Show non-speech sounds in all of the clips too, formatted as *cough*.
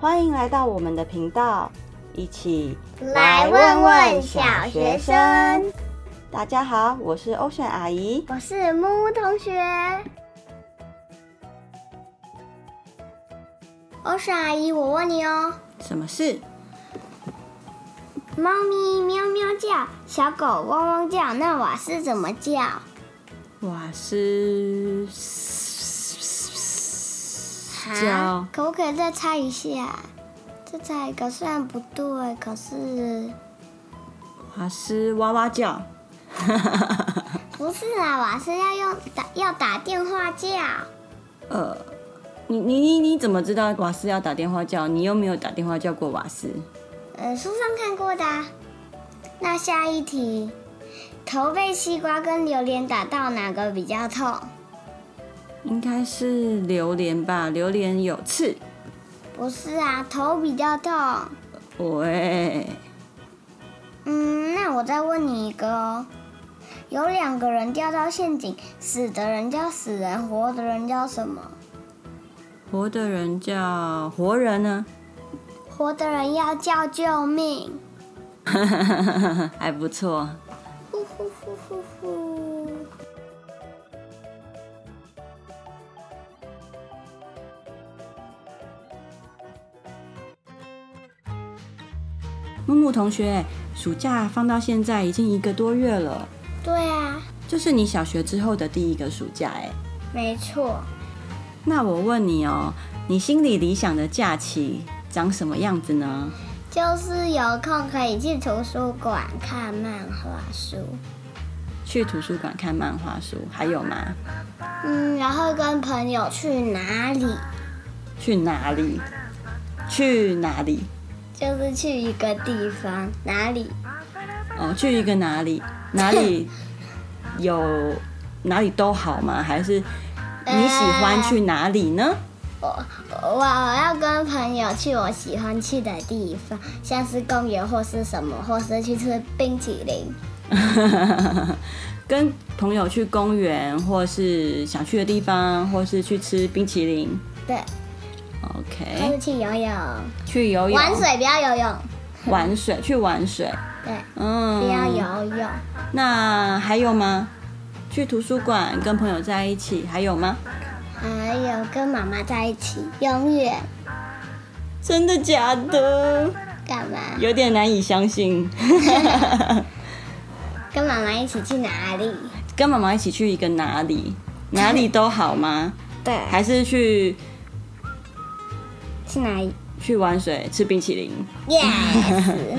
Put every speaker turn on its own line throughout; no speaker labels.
欢迎来到我们的频道，一起
来问问小学生。
大家好，我是欧选阿姨。
我是木木同学。欧是阿姨，我问你哦，
什么事？
猫咪喵喵叫，小狗汪汪叫，那瓦斯怎么叫？
瓦斯叫
啊，可不可以再猜一下？再猜一个，虽然不对，可是
瓦斯哇哇叫。
不是啊？瓦斯要用打要打电话叫，
呃，你你你你怎么知道瓦斯要打电话叫？你又没有打电话叫过瓦斯。
呃，书上看过的啊。那下一题，头被西瓜跟榴莲打到，哪个比较痛？
应该是榴莲吧，榴莲有刺。
不是啊，头比较痛。
喂，
嗯，那我再问你一个哦。有两个人掉到陷阱，死的人叫死人，活的人叫什么？
活的人叫活人呢、
活的人要叫救命。
*laughs* 还不错。
呼呼呼呼呼。
木木同学，暑假放到现在已经一个多月了，
对啊，
这是你小学之后的第一个暑假哎。
没错。
那我问你哦，你心里理想的假期长什么样子呢？
就是有空可以去图书馆看漫画书，
去图书馆看漫画书，还有吗？
嗯，然后跟朋友去哪里，
去哪里？去哪里？
就是去一个地方，哪里
哦，去一个哪里？哪里有哪里都好吗？还是你喜欢去哪里呢？
我我我要跟朋友去我喜欢去的地方，像是公园或是什么，或是去吃冰淇淋。
*laughs* 跟朋友去公园，或是想去的地方，或是去吃冰淇淋。
对，或
OK，
是去游泳、
去哦游泳、
玩水，不要游泳。
玩水去玩水。
对，
嗯，
不要游泳。
那还有吗？去图书馆跟朋友在一起，还有吗？
还有跟妈妈在一起，永远
真的假的？
干嘛？
有点难以相信。 *laughs*
跟妈妈一起去哪里？
跟妈妈一起去一个哪里？哪里都好吗？
对
还是去
去哪里
去玩水、吃冰淇淋？ *laughs*
？Yes 。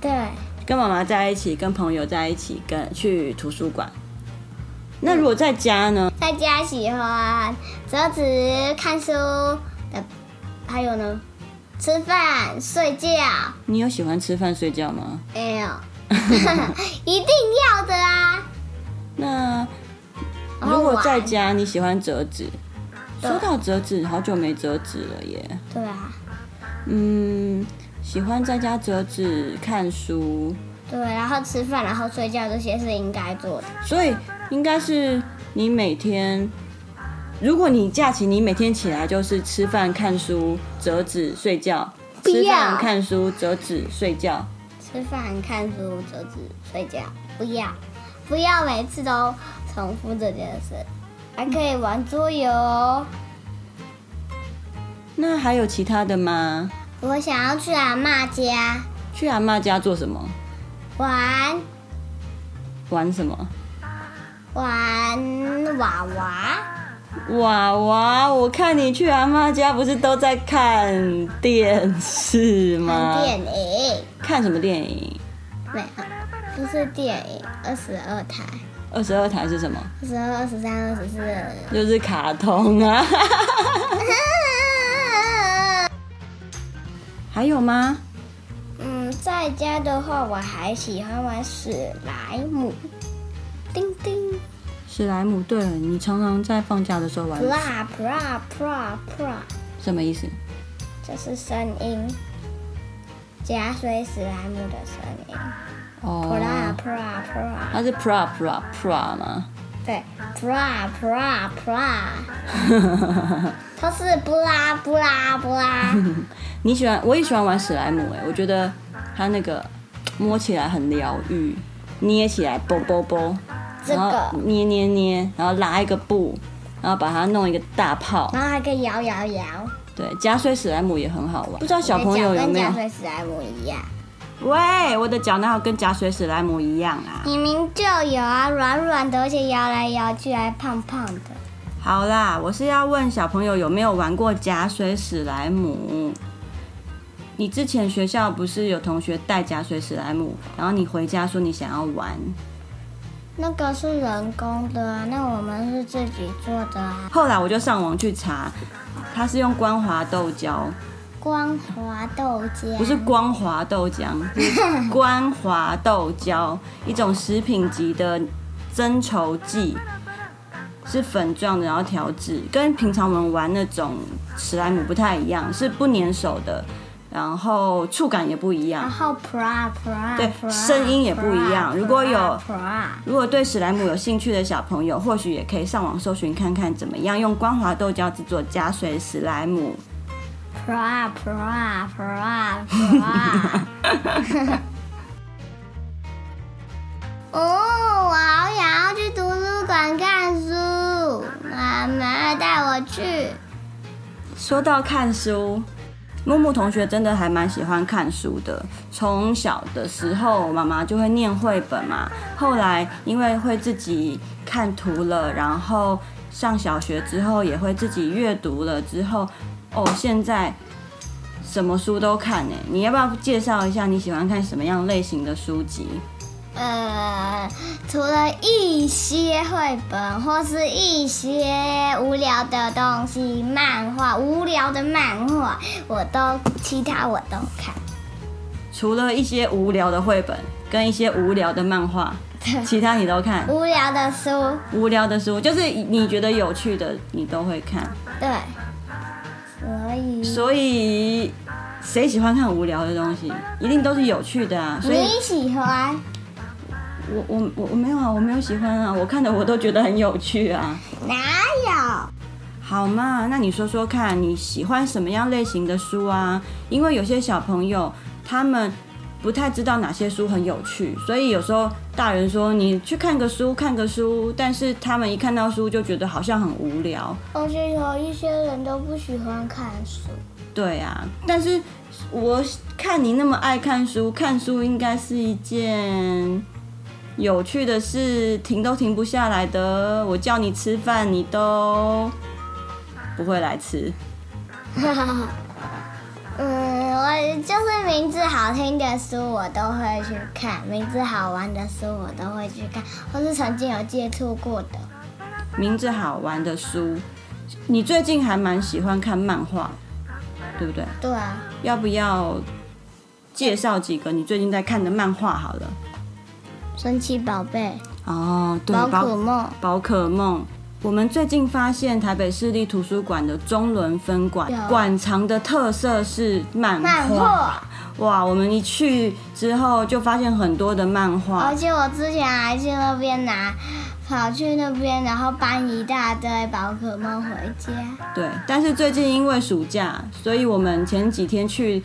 对，
跟妈妈在一起，跟朋友在一起，跟去图书馆。那如果在家呢？
在家喜欢折纸、看书的，还有呢，吃饭、睡觉。
你有喜欢吃饭睡觉
*laughs*
吗？
哎呦，一定要的啊！
那
然后
如果
玩
在家，你喜欢折纸？
对
说到折纸，好久没折纸了耶。
对啊，
嗯，喜欢在家折纸、看书，
对，然后吃饭，然后睡觉，这些是应该做的。
所以应该是你每天，如果你假期你每天起来就是吃饭、看书、折纸、睡觉，
不
吃
要
饭、看书、折纸、睡觉，
吃饭、看书、折纸、睡觉，不要，不要每次都重复这件事。还可以玩桌游哦。
那还有其他的吗？
我想要去阿妈家
去阿嬷家做什么？
玩
玩什么？
玩娃娃。
娃娃，我看你去阿嬷家不是都在看电视吗？
看电影，
看什么电影？
没有，不是电影，二十二台，
二十二台是什么？
二十二、二十三、二十四。
就是卡通
*laughs*
啊。还有吗？
嗯，在家的话，我还喜欢玩史莱姆，叮叮
史莱姆，对了，你常常在放假的时候玩，
，pra pra pra pra，
什么意思？
这是声音，加水史莱姆的声音
哦
，pra pra pra，
它是 pra pra pra 吗？
对，pra pra pra，它是布拉布拉布拉，
你喜欢，我也喜欢玩史莱姆哎、我觉得它那个摸起来很疗愈，捏起来啵啵啵，
这
然
个
后捏捏捏，然后拉一个布，然后把它弄一个大泡。
然后还可以摇摇摇，
对，加碎史莱姆也很好玩。不知道小朋友有没有
跟？加菲史莱姆一样，
喂，我的脚哪有跟夹水史莱姆一样啊？
明明就有啊，软软的，而且摇来摇去还胖胖的。
好啦，我是要问小朋友有没有玩过夹水史莱姆？你之前学校不是有同学带夹水史莱姆，然后你回家说你想要玩，
那个是人工的啊，那我们是自己做的啊。
后来我就上网去查，它是用光滑豆胶，
光滑豆浆
不是光滑豆浆，是光滑豆胶，一种食品级的增稠剂，是粉状的，然后调制，跟平常我们玩那种史莱姆不太一样，是不粘手的，然后触感也不一样
然。后 pra pra，
对
pra，
声音也不一样
pra，
如果有
pra，pra，
如果对史莱姆有兴趣的小朋友，或许也可以上网搜寻看看怎么样用光滑豆胶制作加水史莱姆。
pra pra pra pra。哦，我好想要去图书馆看书，妈妈带我去。
说到看书，木木同学真的还蛮喜欢看书的。从小的时候，妈妈就会念绘本嘛。后来因为会自己看图了，然后上小学之后也会自己阅读了之后，哦，现在什么书都看呢。你要不要介绍一下你喜欢看什么样类型的书籍？
呃，除了一些绘本或是一些无聊的东西，漫画无聊的漫画，我都其他我都看。
除了一些无聊的绘本跟一些无聊的漫画，其他你都看。
无聊的书，
无聊的书，就是你觉得有趣的，你都会看。
对，所以
所以，谁喜欢看无聊的东西？一定都是有趣的啊！所以
你喜欢
我，我我我没有啊，我没有喜欢啊，我看的我都觉得很有趣啊。
哪
好嘛，那你说说看，你喜欢什么样类型的书啊？因为有些小朋友他们不太知道哪些书很有趣，所以有时候大人说你去看个书，看个书，但是他们一看到书就觉得好像很无聊。
有？而且有一些人都不喜欢看书。
对啊，但是我看你那么爱看书，看书应该是一件有趣的事，停都停不下来的。我叫你吃饭，你都不会来吃。
嗯，我就是名字好听的书我都会去看，名字好玩的书我都会去看，或是曾经有接触过的。
名字好玩的书，你最近还蛮喜欢看漫画，对不对？
对啊，
要不要介绍几个你最近在看的漫画好了？
神奇宝贝、
哦，对，
宝
包
可梦，
宝可梦。我们最近发现台北市立图书馆的中仑分馆
有
馆藏的特色是漫
漫
画。
画，
哇，我们一去之后就发现很多的漫画
而，且我之前还去那边拿，跑去那边，然后搬一大堆宝可梦回家。
对。但是最近因为暑假，所以我们前几天去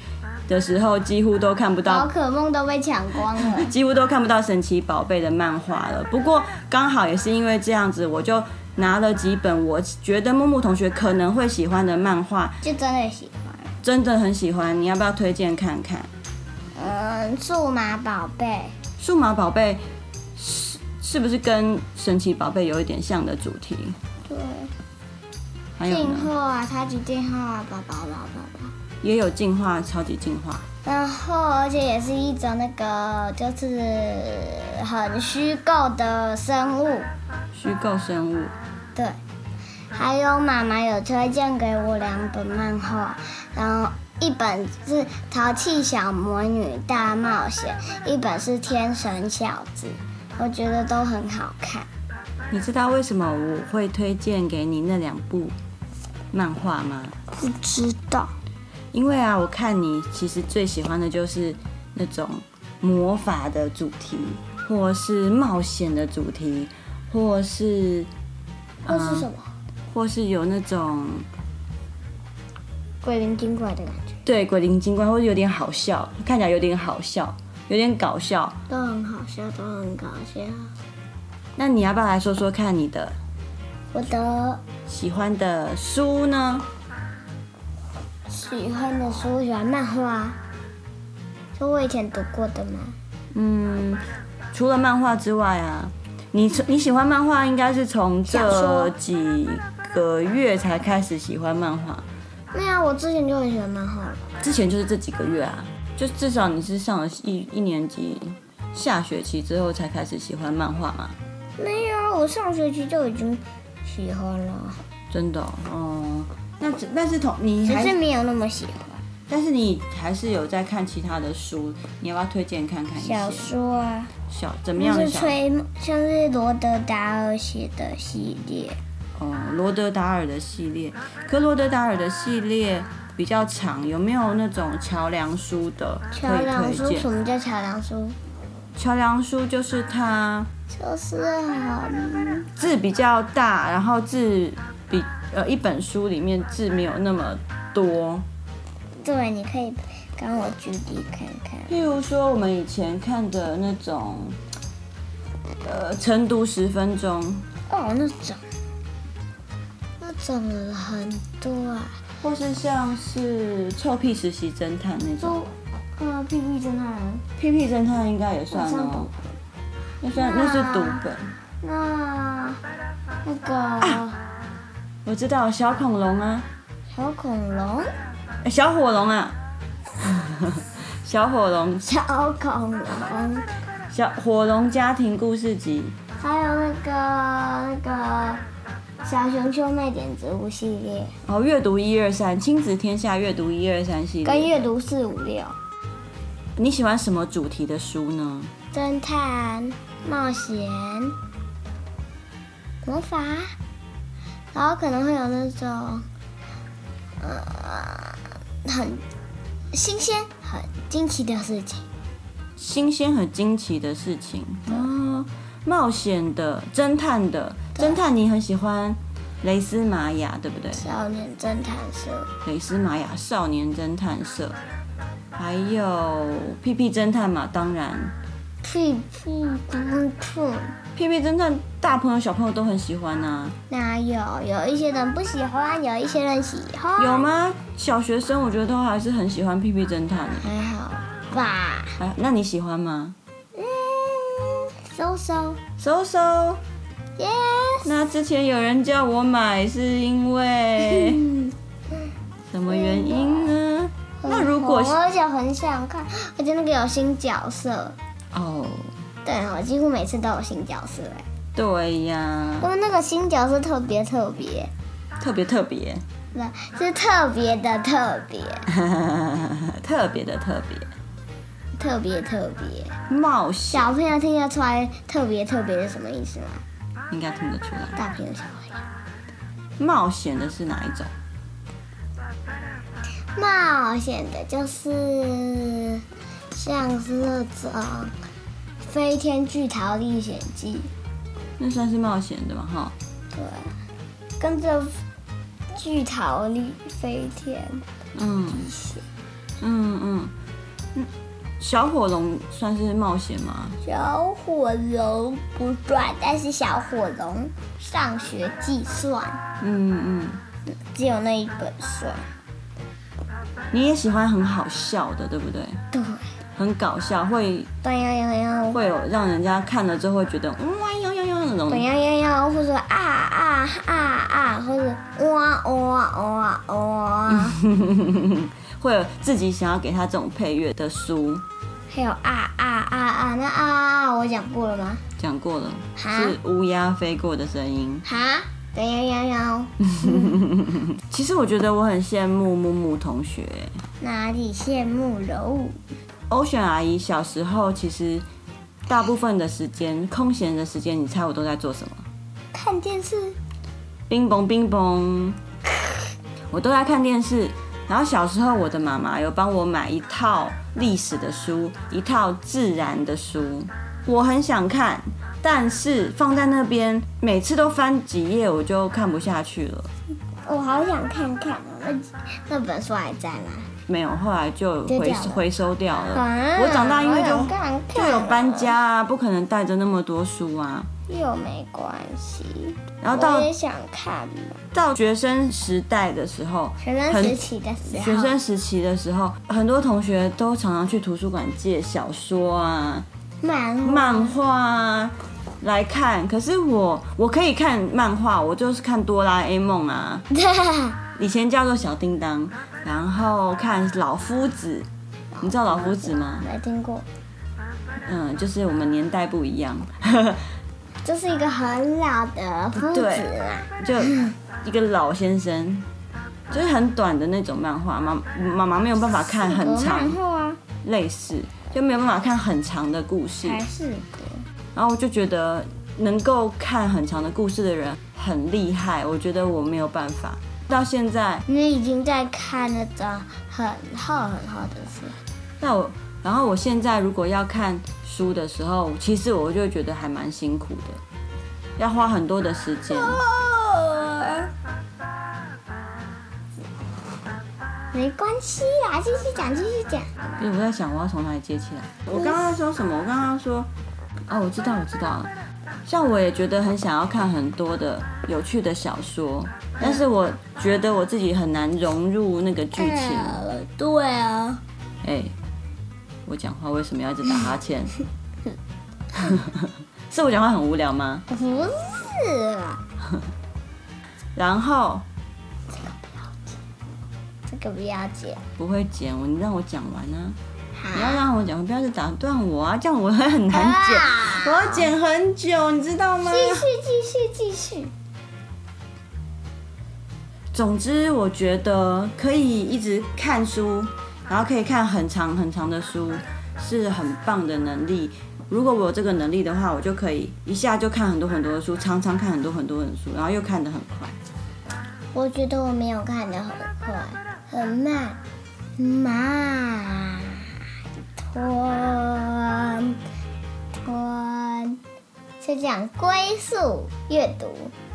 的时候几乎都看不
宝
到，，
可梦都被抢光了 *laughs*
几乎都看不到神奇宝贝的漫画了。不过刚好也是因为这样子，我就拿了几本我觉得木木同学可能会喜欢的漫画，
就真的喜欢。
真的很喜欢。你要不要推荐看看？
嗯，数码宝贝，
数码宝贝是是不是跟神奇宝贝有一点像的主题？
对，
还有
进
呢，
化啊，超级进化啊，宝宝宝宝宝。
也有进化，超级进化。
然后，而且也是一种那个就是很虚构的生物，
虚构生物，
对。还有妈妈有推荐给我两本漫画，然后一本是《淘气小魔女大冒险》，一本是《天神小子》，我觉得都很好看。
你知道为什么我会推荐给你那两部漫画吗？
不知道，
因为啊，我看你其实最喜欢的就是那种魔法的主题，或是冒险的主题，或是
或是什么？
或是有那种
鬼灵精怪的感觉，
对鬼灵精怪，或者有点好笑，看起来有点好笑，有点搞笑。
都很好笑，都很搞笑。
那你要不要来说说看你的
我的
喜欢的书呢？
喜欢的书喜欢漫画，是我以前读过的吗？
嗯，除了漫画之外啊，你你喜欢漫画应该是从
小
这
说
几个月才开始喜欢漫画，
没有，我之前就很喜欢漫画了。
之前就是这几个月啊，就至少你是上了一一年级下学期之后才开始喜欢漫画嘛？
没有，我上学期就已经喜欢了，
真的哦，哦那只但是同你
只
还
是没有那么喜欢。
但是你还是有在看其他的书，你要不要推荐看看一些
小说啊，
小怎么
就
样的
是
小
吹，像是罗德达尔写的系列，
哦，罗德达尔的系列，可罗德达尔的系列比较长，有没有那种桥梁书的
桥
可
梁
以推
书。
荐
什？么叫桥梁书？
桥梁书就是它
就是很
字比较大，然后字比呃一本书里面字没有那么多。
对，你可以帮我举例看看。
譬如说我们以前看的那种，呃，晨读十分钟，
哦，那种，那种很多啊，
或是像是臭屁实习侦探那种，
都，呃，屁屁侦探人，
屁屁侦探应该也算
好像
哦
读，
那算那是读本。
那那个、啊
我知道小恐龙啊，
小恐龙，
诶小火龙啊， *laughs* 小火龙，
*laughs* 小恐龙，
小火龙家庭故事集，
还有那个那个小熊兄妹点子屋系列，
然后哦阅读一二三，亲子天下阅读一二三系
跟
列。
阅读四五六，
你喜欢什么主题的书呢？
侦探冒险魔法，然后可能会有那种，呃，很新鲜、很惊奇的事情。
新鲜和惊奇的事情哦，冒险的、侦探的，侦探你很喜欢蕾丝玛雅，对不对？
少年侦探社，
蕾丝玛雅少年侦探社，还有屁屁侦探嘛，当然。
屁屁咕兔，
屁屁侦探，大朋友小朋友都很喜欢啊呐、
哪有？有一些人不喜欢，有一些人喜欢。
有？吗？小学生我觉得都还是很喜欢屁屁侦探的。
还好吧。
哎，那你喜欢吗？
嗯，搜搜
搜搜，
，yes，
那之前有人叫我买，是因为
*laughs* 嗯
什么原因呢？那如果
很红而且很想看，而且那个有新角色，
哦，
对我几乎每次都有新角色哎，
对呀，
因为那个新角色特别特别，
特别特别，
不是特别的特别，
特别的特别，
特别特别。
冒险
小朋友听得出来特别特别是什么意思吗？
应该听得出来。
大朋友小朋友，
冒险的是哪一种？
冒险的就是像是那种《飞天巨桃历险记》。
那算是冒险的嘛，哈。
对，跟着巨桃李飞天
嗯
一起。
嗯嗯嗯，小火龙算是冒险吗？
小火龙不转，但是小火龙上学计算，
嗯
只有那一本算。
嗯，你也喜欢很好笑的，对不对？
对，
很搞笑，会
短呀呀呀，
会有让人家看了之后会觉得嗯哇呦呦呦那
短
种。
呀呀呀，或者啊啊啊啊，或者哇哇哇哇，
*laughs* 会有自己想要给他这种配乐的书，
还有啊啊啊啊，那啊啊啊我讲过了吗？
讲过了，
哈
是乌鸦飞过的声音。
哈，短呀呀呀，
其实我觉得我很羡慕木木同学，
哪里羡慕喽？
欧璇阿姨小时候其实大部分的时间空闲的时间，你猜我都在做什么？
看电视。
冰崩冰
*laughs*
崩，我都在看电视。然后小时候，我的妈妈有帮我买一套历史的书，一套自然的书，我很想看，但是放在那边，每次都翻几页我就看不下去了。
我好想看看哦，那那本书还在吗？
没有，后来就
丢
回
掉了
回收掉了。
啊
我长大因为就
好想看啊看
就有搬家啊，不可能带着那么多书啊。
又没关系，
然后到
我也想看嘛。
到学生时代的时候，
学生时期的时候，
学生时期的时候，很多同学都常常去图书馆借小说啊、
漫
漫画啊来看。可是我我可以看漫画，我就是看哆啦 A 梦啊，以前叫做小叮当，然后看老夫子。你知道老夫子吗？
没听过，
嗯，就是我们年代不一样， *laughs*
这是一个很老的夫子
对
啊，
就一个老先生，就是很短的那种漫画，妈妈妈没有办法看很长
然，后啊，
类似就没有办法看很长的故事。
还是的，
然后我就觉得能够看很长的故事的人很厉害，我觉得我没有办法。到现在，
你已经在看那种很厚很厚的书，
那我，然后我现在如果要看书的时候，其实我就觉得还蛮辛苦的，要花很多的时间。
没关系啦，继续讲，继续讲。
因为我在想我要从哪里接起来。我刚刚说什么？我刚刚说，哦，我知道，我知道了。像我也觉得很想要看很多的有趣的小说，但是我觉得我自己很难融入那个剧情。
呃对啊，
哎、我讲话为什么要一直打哈欠？是我讲话很无聊吗？
不是啊啦，
然后
这个不要讲。
不会剪，我你让我讲完啊！你要
好，
让我讲，不要一直打断我啊，这样我会很难剪，
啊
我要剪很久，你知道吗？
继续，继续，继续。
总之，我觉得可以一直看书，然后可以看很长很长的书，是很棒的能力。如果我有这个能力的话，我就可以一下就看很多很多的书，常常看很多很多的书，然后又看得很快。
我觉得我没有看得很快，很慢，慢，吞，吞，是讲龟速阅读，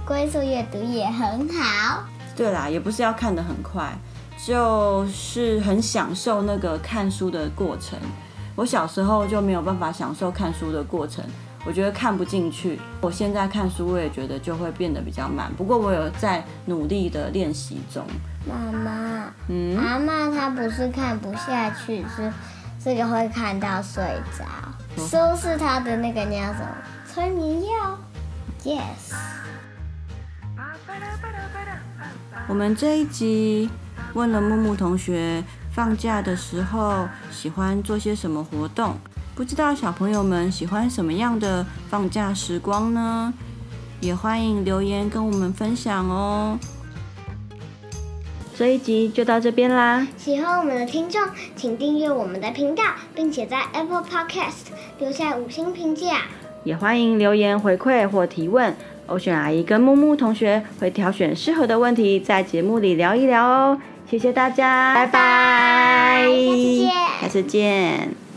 龟速阅读也很好。
对啦，也不是要看得很快，就是很享受那个看书的过程。我小时候就没有办法享受看书的过程，我觉得看不进去。我现在看书，我也觉得就会变得比较慢。不过我有在努力的练习中。
妈妈，
嗯，
阿妈她不是看不下去，是这个会看到睡着。书是她的那个那叫什么催眠药？Yes，
我们这一集问了木木同学，放假的时候喜欢做些什么活动？不知道小朋友们喜欢什么样的放假时光呢？也欢迎留言跟我们分享哦。这一集就到这边啦，
喜欢我们的听众，请订阅我们的频道，并且在 Apple Podcast 留下五星评价。
也欢迎留言回馈或提问。欧选阿姨跟木木同学会挑选适合的问题，在节目里聊一聊哦。谢谢大家，拜拜，
拜下次见
下次见。